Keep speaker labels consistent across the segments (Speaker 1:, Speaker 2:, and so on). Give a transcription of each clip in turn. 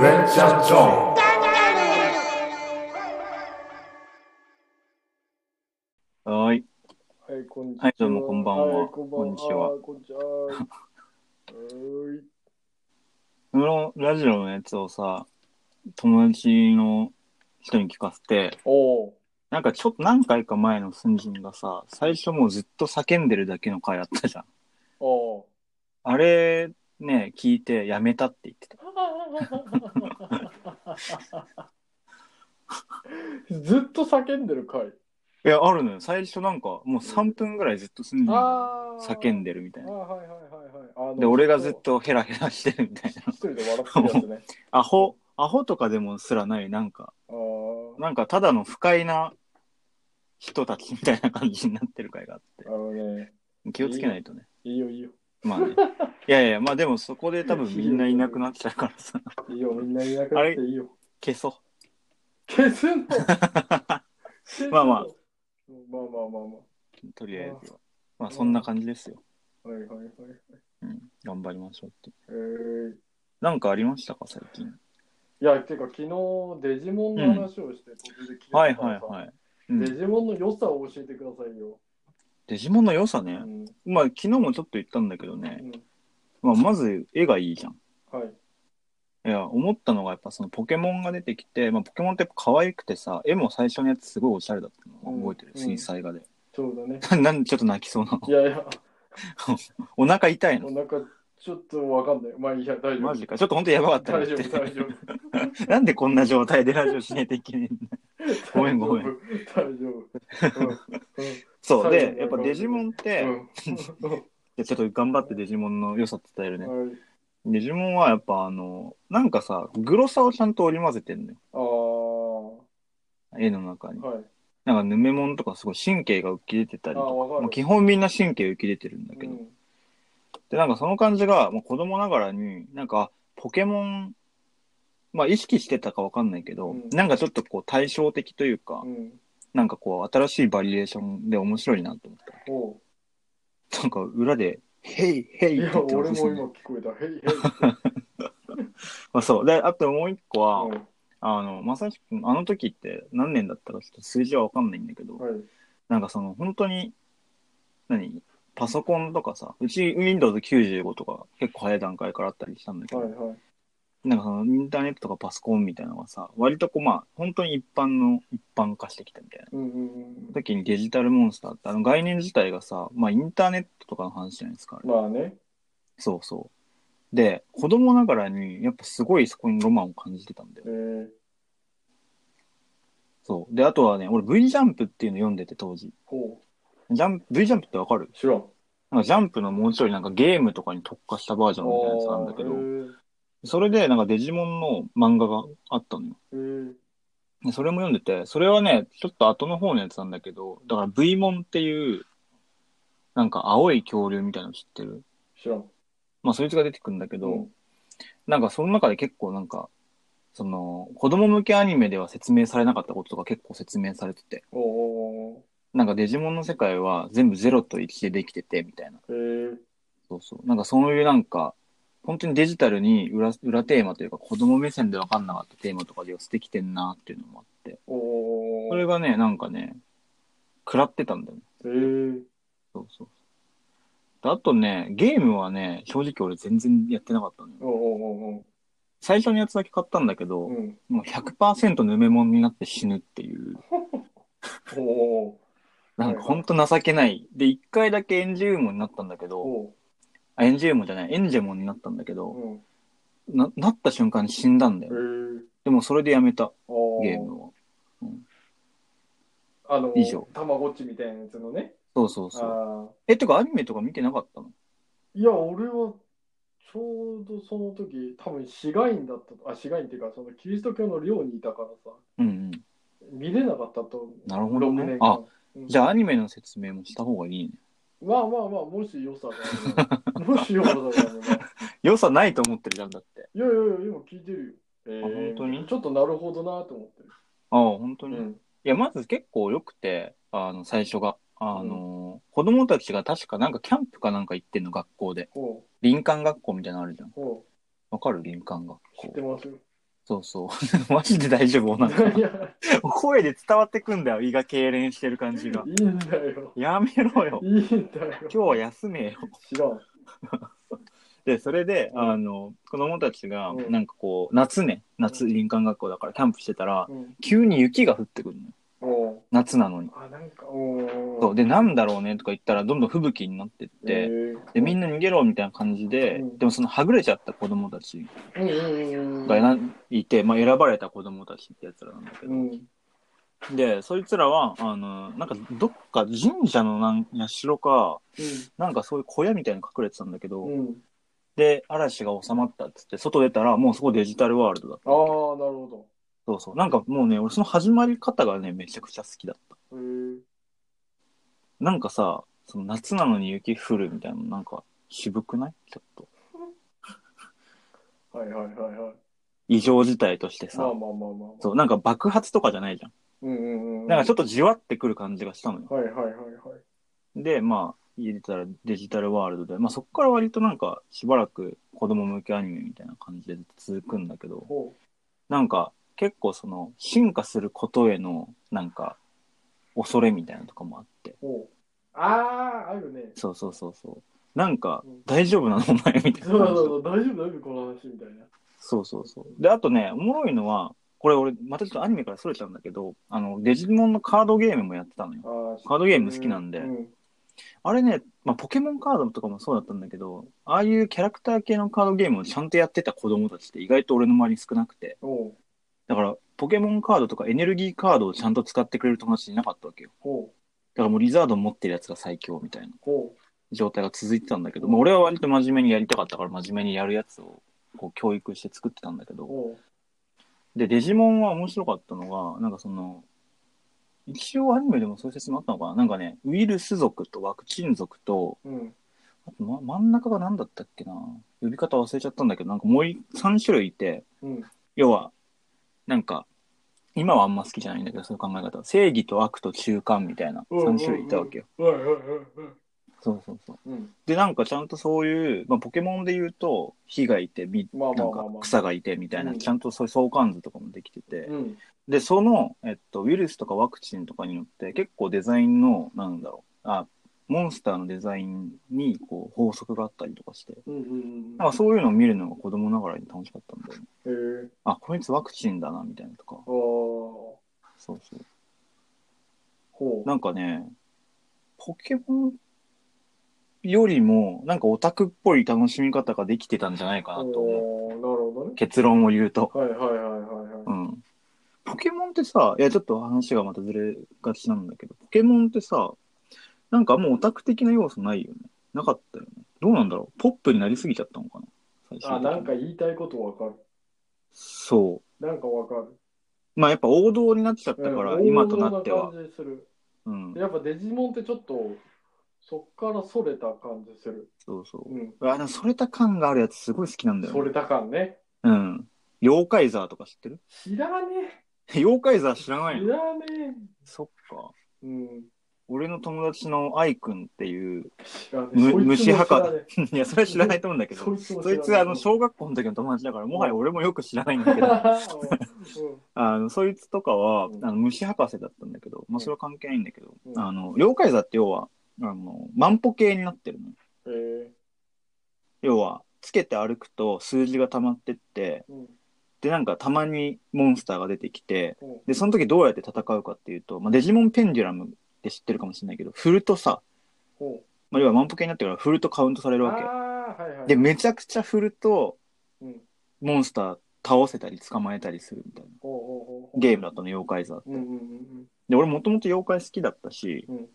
Speaker 1: レンチャンゾーン
Speaker 2: はーい。
Speaker 3: はい、こんにちは。
Speaker 2: はいどうもこんばんはい
Speaker 3: こんばんは。こんにちは。はーい。
Speaker 2: このラジオのやつをさ、友達の人に聞かせて、
Speaker 3: おー
Speaker 2: なんかちょっと何回か前のスンジンがさ、最初もうずっと叫んでるだけの回あったじゃん。
Speaker 3: お
Speaker 2: あれ、ね、聞いてやめたって言ってた。
Speaker 3: ー ずっと叫んでる回。
Speaker 2: いや、あるのよ。最初なんかもう3分ぐらいずっとスンジンが
Speaker 3: あー
Speaker 2: 叫んでるみたい
Speaker 3: あー
Speaker 2: な。
Speaker 3: はいはいはいはいはい。あの
Speaker 2: で、俺がずっ。とヘラヘラしてるみたいな。
Speaker 3: 一人で笑ってるやつね。
Speaker 2: アホ、アホとかでもすらない、なんか、
Speaker 3: あー
Speaker 2: なんかただの不快な人たちみたいな感じになってる回があって
Speaker 3: あ。のね、
Speaker 2: 気をつけないとね。
Speaker 3: いいよいいよ。
Speaker 2: まあね。いやいや、まあでもそこで多分みんないなくなっちゃうからさ、
Speaker 3: いいよ、みんないなくなっていいよ。
Speaker 2: 消そ
Speaker 3: 消す の消すの
Speaker 2: まあまあ
Speaker 3: まあまあまあまあ。
Speaker 2: う。とりあえずは。まあそんな感じですよ。
Speaker 3: はいはいはい。
Speaker 2: うん。頑張りましょうって。
Speaker 3: えー、
Speaker 2: なんかありましたか、最近。
Speaker 3: いや、てか昨日デジモンの話をして、途中で聞いてた
Speaker 2: は
Speaker 3: か
Speaker 2: い
Speaker 3: らさ
Speaker 2: はいはい。うん
Speaker 3: デジモンの良さを教えてくださいよ。
Speaker 2: デジモンの良さ
Speaker 3: う
Speaker 2: ね。
Speaker 3: ん
Speaker 2: まあ昨日もちょっと言ったんだけどね。
Speaker 3: う
Speaker 2: まあまず絵がいいじゃん。
Speaker 3: ん、はい。
Speaker 2: いや、思ったのがやっぱそのポケモンが出てきて、まあポケモンってやっぱ可愛くてさ、絵も最初のやつすごいおしゃれだったの覚えてる。
Speaker 3: うん
Speaker 2: 水彩画で。
Speaker 3: そうだね。
Speaker 2: なんでちょっと泣きそうなの
Speaker 3: いやいや、
Speaker 2: お腹痛い
Speaker 3: も
Speaker 2: の
Speaker 3: うなんかちょっとわかんない。まあいいや、大丈夫。
Speaker 2: マジか。ちょっと本当やばかったね
Speaker 3: 大丈夫、大丈 夫。
Speaker 2: なんでこんな状態でラジオしないといけないんだごめんごめん
Speaker 3: 大丈夫。
Speaker 2: そう。
Speaker 3: 最後
Speaker 2: で、やっぱデジモンって、
Speaker 3: 大
Speaker 2: でちょっと頑張ってデジモンの良さ伝え るね
Speaker 3: 丈夫。うん。うん。はい。
Speaker 2: デジモンはやっぱあの、なんかさ、グロさをちゃんと織り交ぜてんのよ。
Speaker 3: ああ
Speaker 2: 絵の中に。
Speaker 3: ー、はい。
Speaker 2: なんかヌメモンとかすごい神経が浮き出てたり
Speaker 3: ああ、
Speaker 2: とか。
Speaker 3: わ
Speaker 2: もう
Speaker 3: かる。
Speaker 2: 基本みんな神経浮き出てるんだけど。
Speaker 3: うん
Speaker 2: で、なんかその感じが、もう子供ながらに、なんか、ポケモン、まあ意識してたかわかんないけど、
Speaker 3: うん
Speaker 2: なんかちょっとこう対照的というか、
Speaker 3: うん。
Speaker 2: なんかこう新しいバリエーションで面白いなと思った。
Speaker 3: おう
Speaker 2: なんか裏で、ヘイヘ
Speaker 3: い
Speaker 2: イって
Speaker 3: や、
Speaker 2: 言って
Speaker 3: 俺
Speaker 2: ま
Speaker 3: も
Speaker 2: す
Speaker 3: 今
Speaker 2: ね。
Speaker 3: 聞こえた。 へいへいって。
Speaker 2: まあそう。で、あともう一個は、
Speaker 3: うん
Speaker 2: あの、まさしく、あの時って何年だったかちょっと数字はわかんないんだけど、
Speaker 3: はい。
Speaker 2: なんかその本当に、何パソコンとかさ、うち Windows95 とか結構早い段階からあったりしたんだけど、
Speaker 3: はいはい。
Speaker 2: なんかそのインターネットとかパソコンみたいなのがさ、割とこうまあ、本当に一般の一般化してきたみたいな。
Speaker 3: うんうんうん。
Speaker 2: 時にデジタルモンスターって、あの概念自体がさ、まあインターネットとかの話じゃないですか、あれ
Speaker 3: まあね。
Speaker 2: そうそう。で、子供ながらに、やっぱすごいそこにロマンを感じてたんだよ
Speaker 3: え。ー、
Speaker 2: そう。で、あとはね、俺 V ジャンプっていうの読んでて当時。
Speaker 3: ほ
Speaker 2: ジャンプ V ジャンプってわかる
Speaker 3: う。知らん。
Speaker 2: なんかジャンプのもうちょいなんかゲームとかに特化したバージョンみたいなやつなんだけ
Speaker 3: あ
Speaker 2: ど、
Speaker 3: ー
Speaker 2: それでなんかデジモンの漫画があったのよ。
Speaker 3: えーえ
Speaker 2: でそれも読んでて、それはね、ちょっと後の方のやつなんだけど、だから V モンっていう、なんか青い恐竜みたいなの知ってる。
Speaker 3: ー知らん。
Speaker 2: まあそいつが出てくるんだけど、
Speaker 3: うん
Speaker 2: なんかその中で結構なんか、その、子供向けアニメでは説明されなかったこととか結構説明されてて、
Speaker 3: おーお
Speaker 2: なんかデジモンの世界は全部0と1でできてて、みたいな。
Speaker 3: ーおー。えー
Speaker 2: そうそう。なんかそういうなんか、本当にデジタルに裏、裏テーマというか子供目線でわかんなかったテーマとかで寄せてきてんなっていうのもあって、
Speaker 3: おーお
Speaker 2: そ
Speaker 3: ー
Speaker 2: れがね、なんかね、食らってたんだよね。
Speaker 3: えー、
Speaker 2: そうそうそう。あとね、ゲームはね、正直俺全然やってなかったのよ。
Speaker 3: おーお
Speaker 2: 最初のやつだけ買ったんだけ
Speaker 3: ーお
Speaker 2: ど、
Speaker 3: ーうん。
Speaker 2: もう100%ぬめもんになって死ぬっていう、
Speaker 3: おーお
Speaker 2: なんかほんと情けない。で、一回だけエンジウムになったんだけ
Speaker 3: ー
Speaker 2: ど、
Speaker 3: お
Speaker 2: あ、エンジウムじゃない、エンジェモンになったんだけ
Speaker 3: ー
Speaker 2: ど、
Speaker 3: うん。
Speaker 2: な、なった瞬間に死んだんだ
Speaker 3: え
Speaker 2: よ。
Speaker 3: ー、
Speaker 2: でもそれでやめた、
Speaker 3: おー
Speaker 2: ゲームを。
Speaker 3: あの
Speaker 2: 以上
Speaker 3: たまごっちみたいなやつのね。
Speaker 2: そうそうそう。
Speaker 3: あ
Speaker 2: え、てかアニメとか見てなかったの
Speaker 3: ーいや、俺はちょうどその時、多分市外員だったと、あ、市外員っていうか、そのキリスト教の寮にいたからさ、
Speaker 2: うんうん。
Speaker 3: 見れなかったと思う。
Speaker 2: なるほど
Speaker 3: 6
Speaker 2: ね
Speaker 3: 年。間
Speaker 2: あ、じゃあアニメの説明もした方がいいね。
Speaker 3: まあまあまあ、もし良さがあれば。もし良さがあれば。
Speaker 2: 良さないと思ってるじゃんだって。
Speaker 3: いやいやいや、今聞いてるよ。えー
Speaker 2: 本当に
Speaker 3: ちょっとなるほどなと思ってる。
Speaker 2: ああ、本当に。
Speaker 3: うん。
Speaker 2: いや、まず結構良くて、あの、最初が。あの、子供たちが確かなんかキャンプかなんか行ってんの、学校で。
Speaker 3: ほ
Speaker 2: 林間学校みたいなのあるじゃん
Speaker 3: う。ほ
Speaker 2: わかる林間学
Speaker 3: う。知って
Speaker 2: 校。
Speaker 3: ますよ。
Speaker 2: そうそう。 マジで大丈夫なんか
Speaker 3: いや、
Speaker 2: 声で伝わってくんだよ。胃が痙攣してる感じが。
Speaker 3: いいんだよ。
Speaker 2: やめろよ。
Speaker 3: いいんだよ。
Speaker 2: 今日は休めよ。
Speaker 3: 知らん。
Speaker 2: で、それで、
Speaker 3: うん
Speaker 2: あの、子供たちが
Speaker 3: う、ん
Speaker 2: なんかこう、夏ね、夏、林間学校だからキャンプしてたら、
Speaker 3: うん。
Speaker 2: 急に雪が降ってくるのよ。
Speaker 3: おう
Speaker 2: 夏なのに。
Speaker 3: あ、なんか、お
Speaker 2: そう。
Speaker 3: で、
Speaker 2: で、なんだろうねとか言ったら、どんどん吹雪になってっ
Speaker 3: え
Speaker 2: て、
Speaker 3: ー
Speaker 2: で、みんな逃げろみたいな感じで、
Speaker 3: うん
Speaker 2: でもそのはぐれちゃった子供たち
Speaker 3: うんうんうん
Speaker 2: が選んいて、まあ選ばれた子供たちってやつらなんだけ
Speaker 3: う
Speaker 2: ど、
Speaker 3: ん。
Speaker 2: で、そいつらは、あの、なんかどっか神社のなん社か、なんかそういう小屋みたいに隠れてたんだけど、
Speaker 3: うん。うん。
Speaker 2: で、嵐が収まったっつって、外出たら、もうそこデジタルワールドだった。
Speaker 3: ああ、なるほ
Speaker 2: そうそう。なんかもうね、俺その始まり方がね、めちゃくちゃ好きだった。
Speaker 3: ど。へえ。
Speaker 2: なんかさ、その夏なのに雪降るみたいな、なんか渋くないちょっと。
Speaker 3: はいはいはいはい。
Speaker 2: 異常事態として
Speaker 3: まあ
Speaker 2: さ、
Speaker 3: まあまあまあまあ。
Speaker 2: そう、なんか爆発とかじゃないじゃん。
Speaker 3: うんうんうん。
Speaker 2: なんかちょっ
Speaker 3: っ
Speaker 2: とじわってくる感じがしたのよ。
Speaker 3: と。はいはいはいはい。
Speaker 2: で、まあ、入れたらデジタルワールドで、まあそこから割となんかしばらく子供向けアニメみたいな感じで続くんだけど、
Speaker 3: ほ
Speaker 2: なんか結構その進化することへのなんか恐れみたいなのとかもあって、
Speaker 3: うほう。ああ、あるね。
Speaker 2: そうそうそうそう。なんか
Speaker 3: うん
Speaker 2: 大丈夫なの お前みたい
Speaker 3: そう
Speaker 2: な
Speaker 3: そう
Speaker 2: 感じ。
Speaker 3: そう、大丈夫大丈夫この話みたいな。
Speaker 2: そうそうそう。で、あとね、おもろいのは、これ俺またちょっとアニメからそれちゃうんだけど、あの、デジモンのカードゲームもやってたのよ。
Speaker 3: あ
Speaker 2: カードゲーム好きなんで
Speaker 3: ううん
Speaker 2: あれね、まあ、ポケモンカードとかもそうだったんだけど、ああいうキャラクター系のカードゲームをちゃんとやってた子供たちって意外と俺の周りに少なくて、
Speaker 3: ほう
Speaker 2: だから、ポケモンカードとかエネルギーカードをちゃんと使ってくれる友達いなかったわけよ。
Speaker 3: ほ
Speaker 2: だからもうリザードン持ってるやつが最強みたいな
Speaker 3: うほ
Speaker 2: 状態が続いてたんだけど、まあ、俺は割と真面目にやりたかったから真面目にやるやつをこう教育して作ってたんだけ
Speaker 3: う
Speaker 2: ど、
Speaker 3: ほ
Speaker 2: で、デジモンは面白かったのが、なんかその、一応アニメでもそういう説もあったのかななんかね、ウイルス族とワクチン族と、
Speaker 3: ううん
Speaker 2: あと、ま、真ん中が何だったっけな呼び方忘れちゃったんだけど、なんかもう3種類いて、
Speaker 3: うん
Speaker 2: 要は、なんか、今はあんま好きじゃないんだけど、そういう考え方。正義と悪と中間みたいな
Speaker 3: うんうんうん
Speaker 2: 3種類いたわけよ。
Speaker 3: はいはいはいはい
Speaker 2: そうそうそう。
Speaker 3: うん
Speaker 2: で、なんかちゃんとそういう、まあ、ポケモンで言うと、火がいて、み
Speaker 3: まあ
Speaker 2: な
Speaker 3: まあ
Speaker 2: ん
Speaker 3: まあ
Speaker 2: か
Speaker 3: まあ
Speaker 2: 草がいてみたいな、
Speaker 3: うん
Speaker 2: ちゃんとそういう相関図とかもできてて、
Speaker 3: うん
Speaker 2: で、その、えっと、ウイルスとかワクチンとかによって、結構デザインの、なんだろう、あ、モンスターのデザインに、こう、法則があったりとかして、
Speaker 3: うんうんうん
Speaker 2: なんかそういうのを見るのが子供ながらに楽しかったんだよね。
Speaker 3: へえ
Speaker 2: あ、こいつワクチンだな、みたいなとか
Speaker 3: あ。あほ
Speaker 2: そうそう。
Speaker 3: う
Speaker 2: なんかね、ポケモンよりも、なんかオタクっぽい楽しみ方ができてたんじゃないかなと思う。
Speaker 3: おーなるほどね
Speaker 2: 結論を言うと。
Speaker 3: はいはいはいはいは
Speaker 2: うん。ポケモンってさ、いや、ちょっと話がまたずれがちなんだけど、ポケモンってさ、なんかもうオタク的な要素ないよね。なかったよね。どうなんだろうポップになりすぎちゃったのかな最
Speaker 3: いあ
Speaker 2: 的に
Speaker 3: なんか言いたいことわかる
Speaker 2: そう。
Speaker 3: なんかわかる
Speaker 2: まあやっぱ王道になっちゃった
Speaker 3: うん
Speaker 2: から、今となって
Speaker 3: 王
Speaker 2: は。
Speaker 3: 道な感じする
Speaker 2: うん。
Speaker 3: やっぱデジモンってちょっとそっからそれた感じする
Speaker 2: そうそう。
Speaker 3: うん
Speaker 2: あ、でもそれた感があるやつすごい好きなんだよ、ね。
Speaker 3: それた感ね
Speaker 2: うん。妖怪ザーとか知ってる
Speaker 3: 知らね
Speaker 2: 妖怪ザー知ら
Speaker 3: え
Speaker 2: ない
Speaker 3: 知
Speaker 2: の
Speaker 3: らね
Speaker 2: そっか。
Speaker 3: えうん
Speaker 2: 俺の友達のアイくんっていう、
Speaker 3: 知らねえ
Speaker 2: む
Speaker 3: そいつも
Speaker 2: 虫墓だ
Speaker 3: 知らね
Speaker 2: いや、それは知らないと思うんだけど、
Speaker 3: そいつも知
Speaker 2: そ
Speaker 3: ら
Speaker 2: い
Speaker 3: ない
Speaker 2: つ、あの、小学校の時の友達だから、もはや俺もよく知らないんだけど、
Speaker 3: えうん
Speaker 2: あの、そいつとかは、
Speaker 3: うん
Speaker 2: あの、虫博士だったんだけど、まあ、それは関係ないんだけど、
Speaker 3: うん
Speaker 2: あの、妖怪ザーって要は、あの、万歩計になってるの。
Speaker 3: えー
Speaker 2: 要は、つけて歩くと数字が溜まってって、
Speaker 3: うん
Speaker 2: で、なんかたまにモンスターが出てきて、
Speaker 3: うん
Speaker 2: で、その時どうやって戦うかっていうと、まあ、デジモンペンデュラムって知ってるかもしれないけど、振るとさ、
Speaker 3: うん
Speaker 2: まあ、要は万歩計になってるから振るとカウントされるわけ。
Speaker 3: ああ、はいはい。
Speaker 2: で、めちゃくちゃ振ると、
Speaker 3: うん、
Speaker 2: モンスター倒せたり捕まえたりするみたいな
Speaker 3: ほうほうほう
Speaker 2: ゲームだったの、妖怪座。
Speaker 3: うんうんうん
Speaker 2: で、俺もともと妖怪好きだったし、
Speaker 3: うん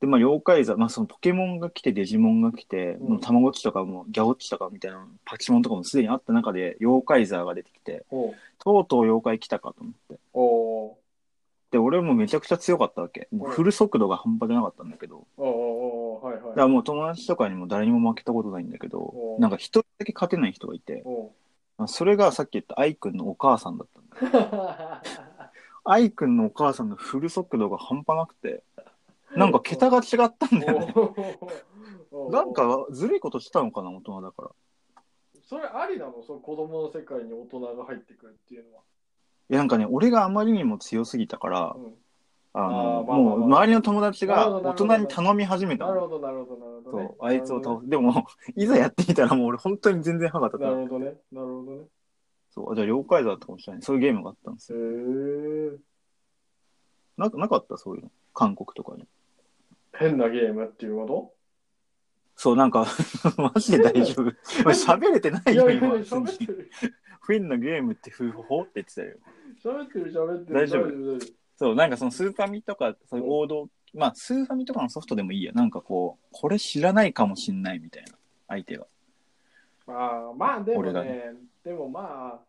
Speaker 2: で、まあ、妖怪座、まあ、そのポケモンが来て、デジモンが来て、
Speaker 3: うん
Speaker 2: もうたまごっちとかも、ギャオッチとかみたいな、パチモンとかもすでにあった中で、妖怪座が出てきて、
Speaker 3: ほう
Speaker 2: とうとう妖怪来たかと思って。
Speaker 3: お
Speaker 2: で、俺もめちゃくちゃ強かったわけ。もうフル速度が半端じゃなかったんだけど。
Speaker 3: ーおーおーおーはい
Speaker 2: だか
Speaker 3: は
Speaker 2: ら
Speaker 3: い。
Speaker 2: もう友達とかにも誰にも負けたことないんだけど
Speaker 3: お、
Speaker 2: なんか一人だけ勝てない人がいて、
Speaker 3: おう
Speaker 2: それがさっき言った愛くんのお母さんだったんだよ。愛くんのお母さんのフル速度が半端なくて、なんか桁が違ったんだよね。
Speaker 3: おー
Speaker 2: なんかずるいことしたのかな、大人だから。
Speaker 3: それありなのその子供の世界に大人が入ってくるっていうのは。
Speaker 2: いや、なんかね、俺があまりにも強すぎたから
Speaker 3: う、ん
Speaker 2: あ
Speaker 3: あ
Speaker 2: の、
Speaker 3: ーまあまあま
Speaker 2: も
Speaker 3: あ
Speaker 2: う周りの友達
Speaker 3: なる
Speaker 2: が
Speaker 3: ほど
Speaker 2: 大
Speaker 3: なるほど
Speaker 2: 人に頼み始めた
Speaker 3: なる
Speaker 2: の。
Speaker 3: ほど、なるほど、なるほ
Speaker 2: そ
Speaker 3: ど、ね
Speaker 2: う、。あいつを倒す。でも、いざやってみたらもう俺本当に全然歯が立た
Speaker 3: な
Speaker 2: ない。
Speaker 3: るほどね。なるほどね。
Speaker 2: そう、あじゃあ了解だったかもしれない。そういうゲームがあったんです
Speaker 3: へ
Speaker 2: よ。
Speaker 3: ー
Speaker 2: ななかったそういうの。韓国とかに。
Speaker 3: 変なゲームっていうこ
Speaker 2: そう、なんか、 マジで大丈 夫。お前喋れてな
Speaker 3: と
Speaker 2: い
Speaker 3: いや
Speaker 2: よ、
Speaker 3: いやいや、
Speaker 2: 今。
Speaker 3: 喋っ てる。
Speaker 2: フィンのゲームって夫婦法って言ってたよ。
Speaker 3: 喋ってる、喋ってる。
Speaker 2: 大丈夫
Speaker 3: 大丈
Speaker 2: そう、なんかそのスーファミとか、そういう王道、まあスーファミとかのソフトでもいいや。なんかこう、これ知らないかもしんないみたいな、相手が。
Speaker 3: 夫まあ、まあ、でも
Speaker 2: 俺
Speaker 3: ね
Speaker 2: がね
Speaker 3: でもま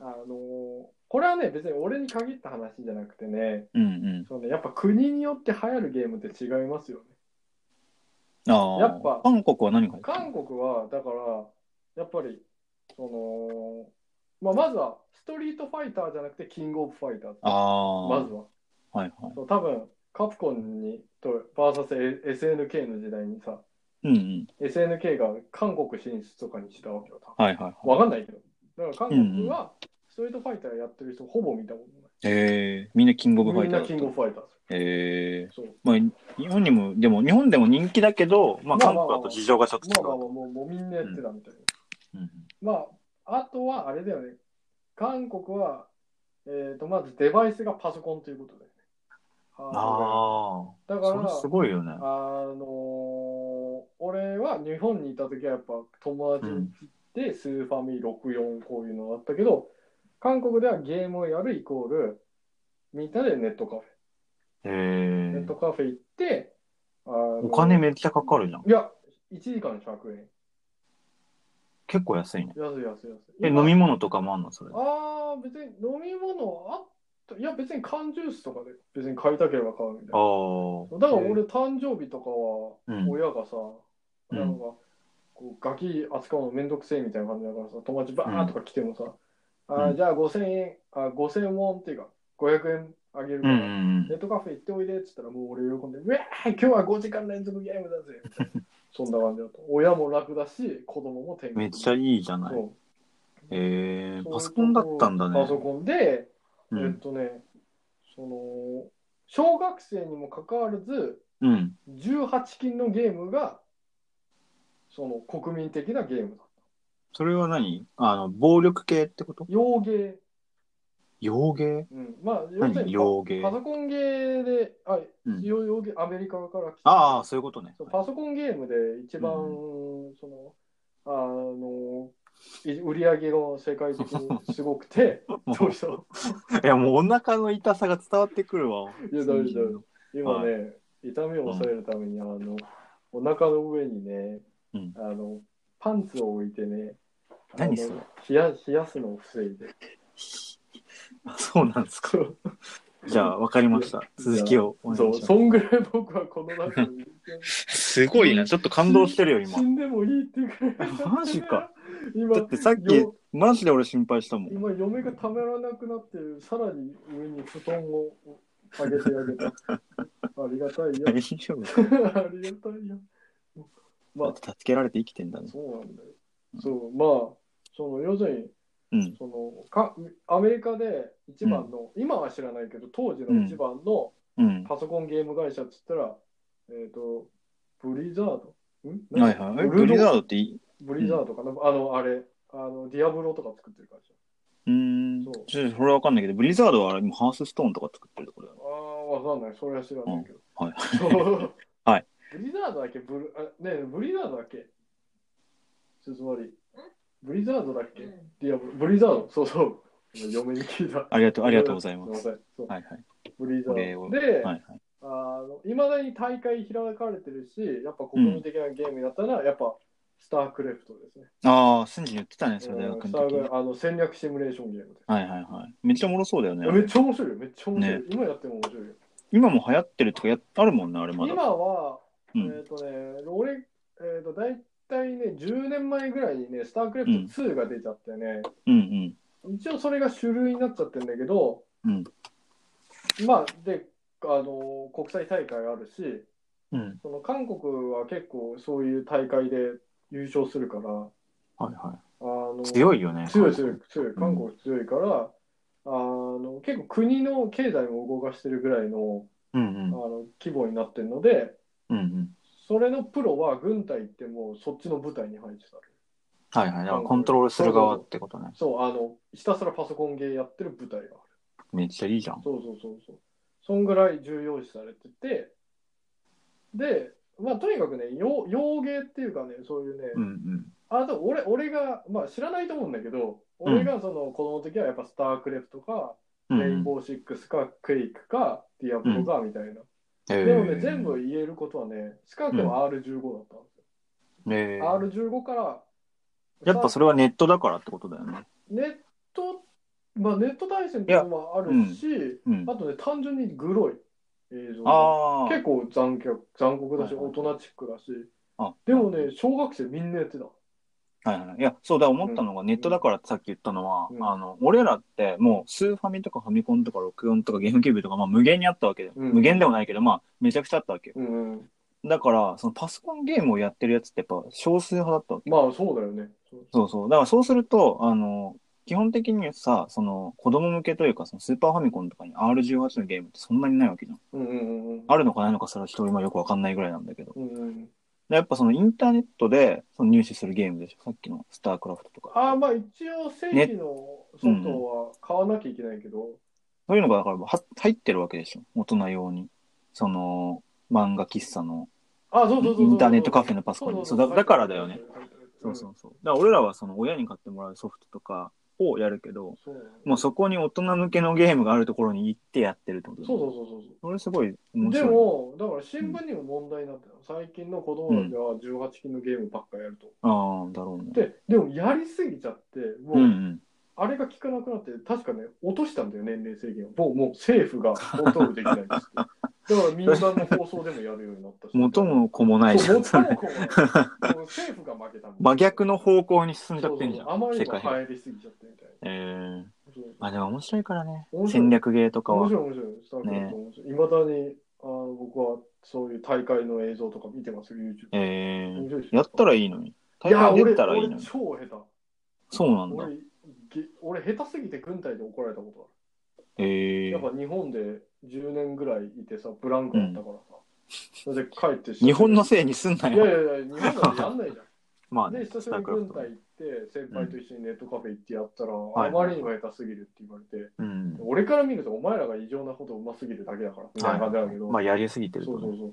Speaker 3: あ、あのーこれはね、別に俺に限った話じゃなくてね、
Speaker 2: うんうん。
Speaker 3: そのねやっぱ国によって流行るゲームって違いますよね。
Speaker 2: ああ。
Speaker 3: やっぱ
Speaker 2: 韓国は何が入ってる
Speaker 3: 韓国は、だから、やっぱり、その、まあ、まずは、ストリートファイターじゃなくて、キングオブファイターズ。
Speaker 2: ああ。
Speaker 3: まずは。
Speaker 2: はいはい。
Speaker 3: そう多分カプコンにと VSSNK の時代にさ
Speaker 2: うんうん。
Speaker 3: SNK が韓国進出とかにしたわけよ多
Speaker 2: はいはいはい。
Speaker 3: 分わかんないけどだから韓国はストリートファイターやってる人ほぼ見たことない
Speaker 2: ええみんなキングオブファ
Speaker 3: み
Speaker 2: イ
Speaker 3: ん
Speaker 2: ター
Speaker 3: な
Speaker 2: だった
Speaker 3: キングオブファイターズ
Speaker 2: ええ
Speaker 3: そう
Speaker 2: まあ、日本にも、でも、日本でも人気だけど、まあ、
Speaker 3: まあ
Speaker 2: 韓
Speaker 3: まあ
Speaker 2: 国だと事情がちょっと違
Speaker 3: まあ
Speaker 2: う。
Speaker 3: まあまあもうもうみんなやってたみたいな、
Speaker 2: うん
Speaker 3: まああとはあれだよね韓国は、えー、とまずデバイスがパソコンということだよねハ
Speaker 2: ああ。
Speaker 3: ードウェ
Speaker 2: そ
Speaker 3: アだから
Speaker 2: れすごいよね。
Speaker 3: あのー俺は日本にいた時はやっぱ友達にでスーファミ64こういうのだったけど韓国ではゲームをやるイコールみんなでネットカフ
Speaker 2: え
Speaker 3: ェ、
Speaker 2: え
Speaker 3: ネットカフェ行ってあの
Speaker 2: お金めっちゃかかるじゃん。
Speaker 3: いや1時間100円
Speaker 2: 結構安いね。
Speaker 3: 安い安い安い
Speaker 2: え、
Speaker 3: 今
Speaker 2: 飲み物とかもあんのそれ。
Speaker 3: ああ別に飲み物あったいや別に缶ジュースとかで別に買いたければ買うみたいな
Speaker 2: ああ。
Speaker 3: だから俺誕生日とかは
Speaker 2: うん
Speaker 3: 親がさ、
Speaker 2: うん
Speaker 3: なんかこうガキ扱うのめんどくせえみたいな感じだからさ友達バーンとか来てもさ、あ
Speaker 2: う
Speaker 3: ーじゃあ5000円あ5000ウォンっていうか500円あげる
Speaker 2: う
Speaker 3: か
Speaker 2: ん
Speaker 3: ら、
Speaker 2: うんうん
Speaker 3: ネットカフェ行っておいでっつったらもう俺喜んで「うわー今日は5時間連続ゲームだぜ」みたい なそんな感じだと親も楽だし子供も天
Speaker 2: めっちゃいいじゃない。
Speaker 3: そ
Speaker 2: ええ
Speaker 3: う
Speaker 2: パソコンだったんだね。
Speaker 3: パソコンで、
Speaker 2: う
Speaker 3: えっ
Speaker 2: ん。
Speaker 3: とねその小学生にもかかわらず
Speaker 2: うん。
Speaker 3: 18禁のゲームがその国民的なゲームだ
Speaker 2: それは何あの、暴力系ってこと
Speaker 3: 洋ゲー、
Speaker 2: 洋芸
Speaker 3: うん、まあ要
Speaker 2: 何
Speaker 3: するに
Speaker 2: 洋芸
Speaker 3: パパソコンゲーであ、
Speaker 2: うん
Speaker 3: 洋洋ゲーアメリカから来た
Speaker 2: ああ、そういうことね。
Speaker 3: そうパソコンゲームで一番、
Speaker 2: う
Speaker 3: そのあのい売り上げが世界的 にすごくて
Speaker 2: もう
Speaker 3: どうしたの
Speaker 2: いや、もうお腹の痛さが伝わってくるわ。
Speaker 3: いや大丈夫大丈今ね、痛みを抑えるためにあのお腹の上にね、
Speaker 2: うん
Speaker 3: あのパンツを置いてね
Speaker 2: 何
Speaker 3: あの
Speaker 2: それ
Speaker 3: 冷や冷やすのを防いで
Speaker 2: あそうなんですか。
Speaker 3: そう
Speaker 2: じゃあ、わかりました。続きをお願いし
Speaker 3: そんぐらい僕はこの中に
Speaker 2: ます。すごいな。ちょっと感動してるよ、 今
Speaker 3: 死。んでもいいっていうくらい
Speaker 2: マジか。
Speaker 3: 今
Speaker 2: だってさっき
Speaker 3: よ、
Speaker 2: マジで俺心配したもん。
Speaker 3: 今嫁がためらなくなってるさらに上に布団を上げ てあげたありがたいよ
Speaker 2: 大丈夫。
Speaker 3: ありがたいよま
Speaker 2: だっ
Speaker 3: あ
Speaker 2: て助けられて生きてんだね。
Speaker 3: そうなんだよそうまあその要するに
Speaker 2: うん。
Speaker 3: そのかアメリカで一番の、今は知らないけど当時の一番の、
Speaker 2: うん。
Speaker 3: パソコンゲーム会社っつったら、えっ、と、ブリザードん
Speaker 2: はいはい。え
Speaker 3: ブ
Speaker 2: ブリ
Speaker 3: リ
Speaker 2: ザ
Speaker 3: ザ
Speaker 2: ー
Speaker 3: ード
Speaker 2: ドっていい
Speaker 3: ブリザードかな、あの、あれ、あの、ディアブロとか作ってる会社。
Speaker 2: うーん
Speaker 3: そう。
Speaker 2: ちょっとそれはわかんないけど、ブリザードはあれ、もうハースストーンとか作ってるところだよね
Speaker 3: ああ、わかんない。それは知らないけど。
Speaker 2: うんはい
Speaker 3: そう。
Speaker 2: はい
Speaker 3: ブリザードだっけブルあねえブリザードだっけつまり。ブリザードだっけディアブロ。ブリザード。そうそう。嫁に聞いた。
Speaker 2: ありがとう、ありがとうございますす。
Speaker 3: いません。そう
Speaker 2: はいはい。
Speaker 3: ブリザ
Speaker 2: お礼
Speaker 3: ー
Speaker 2: を
Speaker 3: ド。で、
Speaker 2: はい
Speaker 3: いまだに大会開かれてるし、やっぱ国民的なゲームだったら、やっぱスタークレフトですね。
Speaker 2: ああ、スンジ言ってたね、
Speaker 3: ス
Speaker 2: そ
Speaker 3: タ
Speaker 2: れ大学
Speaker 3: ー
Speaker 2: の時。
Speaker 3: クあの戦略シミュレーションゲームです。
Speaker 2: はいはいはい。めっちゃおもろそうだよね。
Speaker 3: めっちゃ面白いよ、めっちゃ面白い。今やっても面白いよ。
Speaker 2: 今も流行ってるってかや、あるもんね、あれまだ。
Speaker 3: 今は、
Speaker 2: う
Speaker 3: えっ、
Speaker 2: ん。
Speaker 3: とね、俺、えっ、と、大体ね、10年前ぐらいにね、スタークレフト2が出ちゃってね、
Speaker 2: うん
Speaker 3: 一応それが主流になっちゃってるんだけど、
Speaker 2: うん
Speaker 3: まあ、で、あの国際大会あるし、
Speaker 2: うん。うん。
Speaker 3: その韓国は結構そういう大会で優勝するから、
Speaker 2: はいは
Speaker 3: あのの
Speaker 2: 強いよね。
Speaker 3: 強い強い強い韓国強いから、あの結構国の経済も動かしてるぐらいの
Speaker 2: うん
Speaker 3: あ
Speaker 2: うん。
Speaker 3: の規模になってるので
Speaker 2: うんうん。
Speaker 3: それのプロは軍隊行ってもうそっちの部隊に入ってたり
Speaker 2: はいはい。だからコントロールする側ってことね。
Speaker 3: そうあのひたすらパソコンゲーやってる部隊がある
Speaker 2: めっちゃいいじゃん。
Speaker 3: そうそうそうそうそんぐらい重要視されててでまあとにかくね洋洋芸っていうかねそういうね、
Speaker 2: うんうん。
Speaker 3: あと俺俺が、まあ、知らないと思うんだけど俺がその子供の時はやっぱスタークレフとか、
Speaker 2: うん
Speaker 3: レイ
Speaker 2: う
Speaker 3: ン
Speaker 2: ん
Speaker 3: ボーシックスかクエイクかディアブロかみたいな、
Speaker 2: えー
Speaker 3: でもね全部言えることはね近くは R15 だったんですよ、
Speaker 2: えー
Speaker 3: R15 から
Speaker 2: やっぱそれはネットだからってことだよね。
Speaker 3: ネットまあネット対戦っていうのもあるし、
Speaker 2: うん。
Speaker 3: あとね単純にグロい映像が
Speaker 2: あ
Speaker 3: 結構残虐残酷だし、
Speaker 2: はいはい
Speaker 3: 大人チックだし
Speaker 2: あ。
Speaker 3: でもね小学生みんなやってた
Speaker 2: はいはい、いや、そうだ、思ったのが、ネットだからってさっき言ったのは、
Speaker 3: うん
Speaker 2: あの、俺らって、もう、スーファミとかファミコンとか64とかゲームキューブとか、まあ、無限にあったわけで、
Speaker 3: うん
Speaker 2: 無限でもないけど、まあ、めちゃくちゃあったわけよ。
Speaker 3: うん
Speaker 2: だから、そのパソコンゲームをやってるやつってやっぱ少数派だったわけ。
Speaker 3: まあそうだよねそう
Speaker 2: そうそう。だからそうすると、あの、基本的にさ、その、子供向けというか、そのスーパーファミコンとかに R18 のゲームってそんなにないわけじゃん。
Speaker 3: うんうんうんうん
Speaker 2: あるのかないのか、それは人今よくわかんないぐらいなんだけど。
Speaker 3: うんうん
Speaker 2: でやっぱそのインターネットでその入手するゲームでしょ。さっきのスタークラフトとか。
Speaker 3: あーまあ一応正規のソフトは買わなきゃいけないけど、
Speaker 2: そういうのがだからは入ってるわけでしょ。大人用に。その漫画喫茶の
Speaker 3: あそうそうそうそう
Speaker 2: インターネットカフェのパソコンに。そうだだからだよね。。
Speaker 3: そう
Speaker 2: そう
Speaker 3: そう
Speaker 2: そう。だから俺らはその親に買ってもらうソフトとかをやるけど、
Speaker 3: そう
Speaker 2: もうそこに大人向けのゲームがあるところに行ってやってるってことだ
Speaker 3: そ
Speaker 2: よ
Speaker 3: う
Speaker 2: ね
Speaker 3: そうそうそう
Speaker 2: それすごい
Speaker 3: そう。
Speaker 2: 面白
Speaker 3: で
Speaker 2: い。
Speaker 3: も、だから新聞にも問題になってたの。最近の子供たちは18禁のゲームばっかやると。
Speaker 2: ああ、だろうね。
Speaker 3: で、でもやりすぎちゃって、も
Speaker 2: う
Speaker 3: う、
Speaker 2: んうん。
Speaker 3: あれが効かなくなって、確かね、落としたんだよ、年齢制限を。もう、もう政府がコントロールできないです って。だから民間の放送でもやるようになったし。
Speaker 2: 元も子もないじゃ。
Speaker 3: そうん元も 子もないもう政府が負けたもん
Speaker 2: 真逆の方向に進んじゃってんじゃん。
Speaker 3: そうそうあまりに
Speaker 2: 世
Speaker 3: も
Speaker 2: 界平和。
Speaker 3: 入りすぎちゃってみたいな。
Speaker 2: えー、
Speaker 3: そうそう
Speaker 2: まあでも面白いからね
Speaker 3: 面。白い
Speaker 2: 戦略ゲーとか
Speaker 3: 面
Speaker 2: は。
Speaker 3: 白い面白い。スタークラフト面白い。いまだにあの僕はそういう大会の映像とか見てますよ、YouTube。
Speaker 2: え
Speaker 3: 面
Speaker 2: ー、
Speaker 3: 白いです
Speaker 2: やったらいいのに。
Speaker 3: い
Speaker 2: 大
Speaker 3: や
Speaker 2: 会
Speaker 3: 俺
Speaker 2: 出たらいいの
Speaker 3: 俺
Speaker 2: に。
Speaker 3: 超下手。
Speaker 2: そうなんだ
Speaker 3: 俺。げ俺下手すぎて軍隊で怒られたことあ
Speaker 2: え
Speaker 3: る。
Speaker 2: ー
Speaker 3: やっ、ぱ日本で10年ぐらいいてさ、ブランクだったからさ。それで帰って
Speaker 2: 日本の
Speaker 3: い
Speaker 2: せいにすんない
Speaker 3: やい
Speaker 2: よ。
Speaker 3: やいや、日本なんてや んないじゃん。
Speaker 2: まあ
Speaker 3: で、
Speaker 2: ね、
Speaker 3: 久し
Speaker 2: ス
Speaker 3: ぶ
Speaker 2: ター
Speaker 3: りに
Speaker 2: クラ
Speaker 3: 軍
Speaker 2: フト
Speaker 3: 隊。行って、先輩と一緒にネットカフェ行ってやったら、
Speaker 2: い
Speaker 3: あまりにも下手すぎるって言われて、
Speaker 2: うん。
Speaker 3: 俺から見ると、お前らが異常なほどうますぎるだけだから、みたいな感じなんだけど、
Speaker 2: まあやりすぎてると
Speaker 3: そうそう
Speaker 2: ね。
Speaker 3: そうう。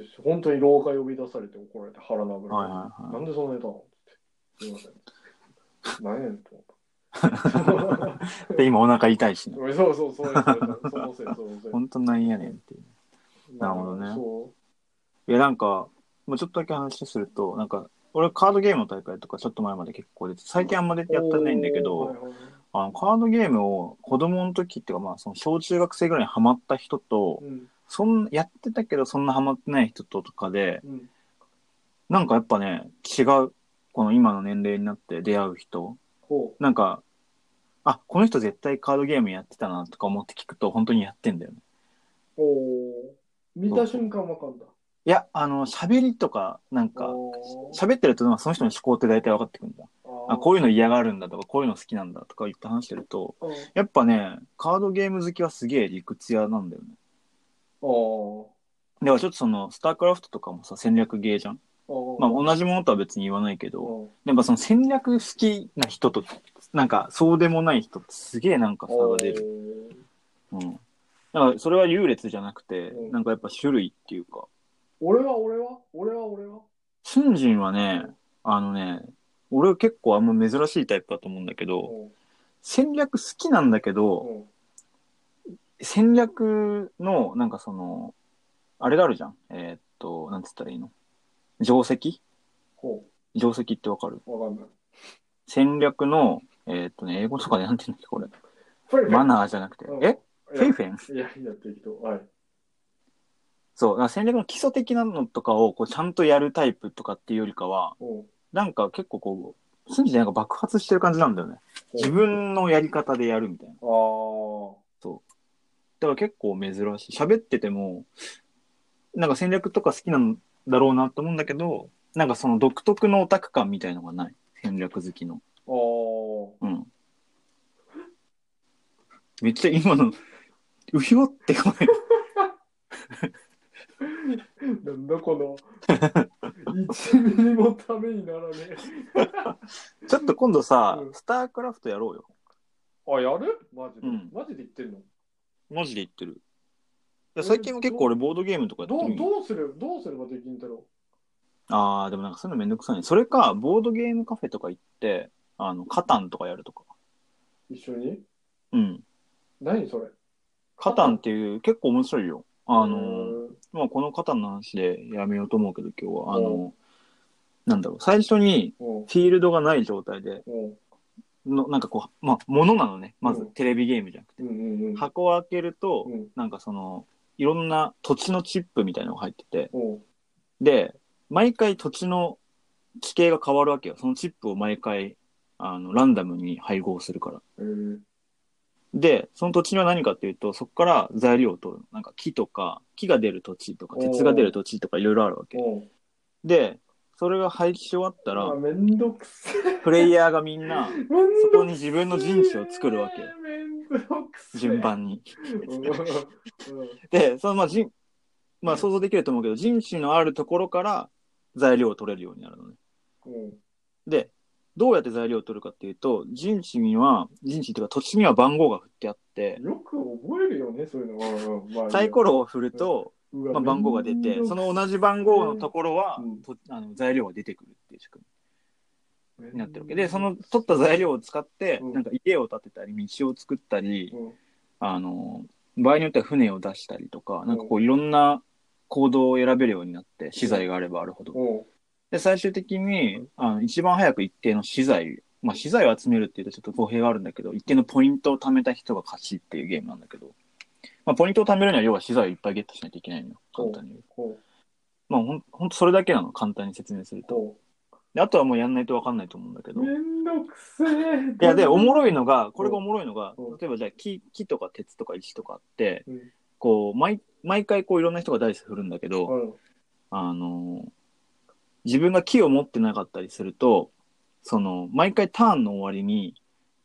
Speaker 3: で、本当に廊下呼び出されて怒られて腹殴られて、
Speaker 2: はいはいはい
Speaker 3: なんでそんなネタなのって。すいません。何やねんと 思った。
Speaker 2: で、今お腹痛いしね。
Speaker 3: そうそうそう、それそれそのせい、そのせい。
Speaker 2: 本当なんやねんっていう。なるほどね
Speaker 3: そ
Speaker 2: いや、なんか、もうちょっとだけ話すると、なんか、俺カードゲームの大会とかちょっと前まで結構出て、最近あんまで
Speaker 3: う。
Speaker 2: やってないんだけど、
Speaker 3: おーはいはいはい
Speaker 2: あの、カードゲームを子供の時っていうか、まあ、その小中学生ぐらいにハマった人と、
Speaker 3: うん
Speaker 2: そん、やってたけどそんなハマってない人ととかで、
Speaker 3: うん
Speaker 2: なんかやっぱね、違う、この今の年齢になって出会う人、
Speaker 3: ほ
Speaker 2: なんか、あ、この人絶対カードゲームやってたなとか思って聞くと本当にやってんだよね。
Speaker 3: うおー見た瞬間わかんだ。
Speaker 2: いや、あの、喋りとか、なんか、
Speaker 3: おー
Speaker 2: 喋ってると、まあその人の思考って大体分かってくるんだ。あ、こう
Speaker 3: う
Speaker 2: いうの嫌がるんだとか、こういうの好きなんだとか言って話してると、
Speaker 3: いう。
Speaker 2: やっぱね、カードゲーム好きはすげえ理屈屋なんだよね。
Speaker 3: あー
Speaker 2: だからちょっとその、スタークラフトとかもさ、戦略ゲーじゃん。
Speaker 3: あー。
Speaker 2: まあ同じものとは別に言わないけど、
Speaker 3: うん
Speaker 2: やっぱその戦略好きな人と、なんかそうでもない人ってすげえなんか差が出る。うん。だからそれは優劣じゃなくて
Speaker 3: う、ん
Speaker 2: なんかやっぱ種類っていうか、
Speaker 3: 俺は俺は俺は俺は
Speaker 2: 春人はね、あのね、俺結構あんま珍しいタイプだと思うんだけど、
Speaker 3: うん
Speaker 2: 戦略好きなんだけど、
Speaker 3: うん
Speaker 2: 戦略の、なんかその、あれがあるじゃん。えーっと、なんつったらいいの定石
Speaker 3: ほ
Speaker 2: 定石ってわかる
Speaker 3: う、わかんない。
Speaker 2: 戦略の、えーっとね、英語とかで なんて言うんだっけ、これ。
Speaker 3: フェイフェイ
Speaker 2: マナーじゃなくて。え
Speaker 3: い
Speaker 2: フ
Speaker 3: や
Speaker 2: ェイフェン
Speaker 3: いやいや、適当。はい。
Speaker 2: そう。だから戦略の基礎的なのとかを、こう、ちゃんとやるタイプとかっていうよりかは、
Speaker 3: うん
Speaker 2: なんか結構こう、すんじなんか爆発してる感じなんだよね。自分のやり方でやるみたいな。
Speaker 3: あー
Speaker 2: だから結構珍しい。喋ってても、なんか戦略とか好きなんだろうなと思うんだけど、なんかその独特のオタク感みたいのがない。戦略好きの。
Speaker 3: あー
Speaker 2: うん。めっちゃ今の、うひょって声。
Speaker 3: なんだこの 一ミリもためにならね
Speaker 2: ちょっと今度さ、
Speaker 3: うん
Speaker 2: スタークラフトやろうよ。
Speaker 3: え。あ、やるマジで、
Speaker 2: うん
Speaker 3: マジで言ってんの
Speaker 2: マジで言ってる。いや最近も結構俺ボードゲームとかやって
Speaker 3: ど
Speaker 2: る
Speaker 3: うん
Speaker 2: よ
Speaker 3: どうするどうすればできんだろ
Speaker 2: ああ、でもなんかそういうのめんどくさいね。それか、ボードゲームカフェとか行って、あの、カタンとかやるとか。
Speaker 3: う一緒に
Speaker 2: うん。
Speaker 3: 何それ
Speaker 2: カタンっていう結構面白いよ。あの
Speaker 3: う
Speaker 2: ー、
Speaker 3: ーん
Speaker 2: まあ、このカタンの話でやめようと思うけど、今日は。あ
Speaker 3: う
Speaker 2: の、なんだろう、最初に
Speaker 3: うん
Speaker 2: フィールドがない状態で、
Speaker 3: うん
Speaker 2: のなんかこう、まあ、ものなのね。まず
Speaker 3: うん
Speaker 2: テレビゲームじゃなくて。
Speaker 3: うんうんうん
Speaker 2: 箱を開けると
Speaker 3: う、ん
Speaker 2: なんかその、いろんな土地のチップみたいなのが入ってて、
Speaker 3: うん
Speaker 2: で、毎回土地の地形が変わるわけよ。そのチップを毎回、あの、ランダムに配合するから。
Speaker 3: えー
Speaker 2: で、その土地は何かっていうと、そこから材料を取るの。なんか木とか、木が出る土地とか、
Speaker 3: おー
Speaker 2: 鉄が出る土地とかいろいろあるわけ。
Speaker 3: うん
Speaker 2: で、それが配置し終わった
Speaker 3: あ
Speaker 2: ら、
Speaker 3: めんどくせえ
Speaker 2: プレイヤーがみんな、
Speaker 3: め
Speaker 2: そ
Speaker 3: んどくせえ
Speaker 2: こに自分の陣地を作るわけ。
Speaker 3: めんどくせえ
Speaker 2: 順番に。
Speaker 3: うんうんうん
Speaker 2: で、そのまあ陣、まあ想像できると思うけど、陣地のあるところから材料を取れるようになるのね。
Speaker 3: うん
Speaker 2: で、どうやって材料を取るかっていうと、陣地には、陣地というか土地には番号が振ってあって、
Speaker 3: よく覚えるよねそういうのはうんまあいいや
Speaker 2: サイコロを振ると、
Speaker 3: う
Speaker 2: ま
Speaker 3: わ
Speaker 2: あ、番号が出
Speaker 3: めん
Speaker 2: て、
Speaker 3: どく
Speaker 2: その同じ番号のところは、
Speaker 3: うん
Speaker 2: とあの材料が出てくるっていう仕組
Speaker 3: めんどくせえ
Speaker 2: みになってるわけで、その取った材料を使って、
Speaker 3: うん
Speaker 2: なんか家を建てたり、道を作ったり、
Speaker 3: うん
Speaker 2: あの、場合によっては船を出したりとか、なんかこういろんな行動を選べるようになって、資材があればあるほど。
Speaker 3: うん
Speaker 2: で、最終的に、あの、一番早く一定の資材、まあ、資材を集めるっていうとちょっと語弊があるんだけど、一定のポイントを貯めた人が勝ちっていうゲームなんだけど、まあ、ポイントを貯めるには要は資材をいっぱいゲットしないといけないのよ。簡単に言うと。
Speaker 3: こ
Speaker 2: まあ、ほんほんとそれだけなの、簡単に説明する
Speaker 3: う
Speaker 2: と。
Speaker 3: こ
Speaker 2: であとはもうやんないとわかんないと思うんだけ
Speaker 3: う
Speaker 2: ど。
Speaker 3: め
Speaker 2: い
Speaker 3: んどくせえ
Speaker 2: や、で、おもろいのが、これがおもろいのが
Speaker 3: うん、
Speaker 2: 例えばじゃあ木、木とか鉄とか石とかあって
Speaker 3: うん、
Speaker 2: こう、毎、毎回こういろんな人がダイス振るんだけ
Speaker 3: う
Speaker 2: ど、
Speaker 3: ん
Speaker 2: あのー、自分が木を持ってなかったりすると、その、毎回ターンの終わりに、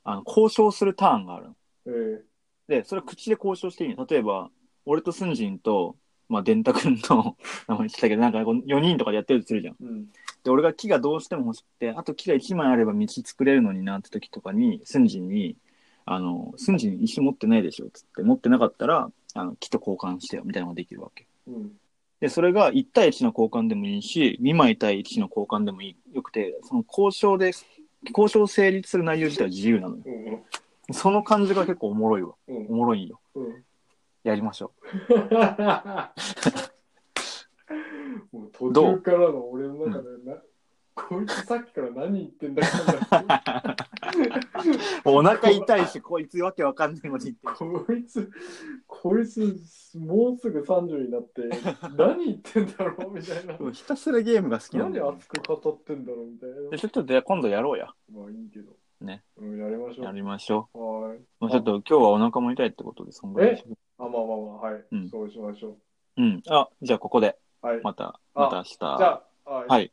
Speaker 2: あの、交渉するターンがあるの。
Speaker 3: えー
Speaker 2: で、それは口で交渉していいの。例えば、俺とスンジンと、まあ、デンタ君と、 名前言ってたけど、なんかこの4人とかでやってるとするじゃん。
Speaker 3: うん
Speaker 2: で、俺が木がどうしても欲しくて、あと木が1枚あれば道作れるのになって時とかに、スンジンに、あの、スンジン石持ってないでしょっつって、持ってなかったら、あの、木と交換してよ、みたいなのができるわけ。
Speaker 3: うん
Speaker 2: で、それが1対1の交換でもいいし、2枚対1の交換でもいい。よくて、その交渉で、交渉成立する内容自体は自由なのよ。
Speaker 3: うん
Speaker 2: その感じが結構おもろいわ。
Speaker 3: うん
Speaker 2: おもろいよ。
Speaker 3: うん
Speaker 2: やりましょ
Speaker 3: もう途中からの俺の中でな、こいつさっきから何言ってんだか
Speaker 2: う。お腹痛いし、こいつわけわかんないまで言ってる。
Speaker 3: こいつこいつもうすぐ30になって何言ってんだろうみたいな
Speaker 2: ひたすらゲームが好きなんだ
Speaker 3: 何
Speaker 2: よ。
Speaker 3: 熱く語ってんだろうみたい
Speaker 2: で
Speaker 3: な
Speaker 2: ちょっとで今度やろうや。
Speaker 3: まあいいけど
Speaker 2: ね
Speaker 3: うんやりましょ
Speaker 2: やりましょう。
Speaker 3: うはーい
Speaker 2: まあ、ちょっと今日はお腹も痛いってことで、そんぐらいにしよ
Speaker 3: あまあまあまあはい、
Speaker 2: うん
Speaker 3: そうしましょ
Speaker 2: う。うん。あ、じゃあここで、
Speaker 3: うはい
Speaker 2: また、
Speaker 3: あ
Speaker 2: また明日。
Speaker 3: じゃあ、はい
Speaker 2: はい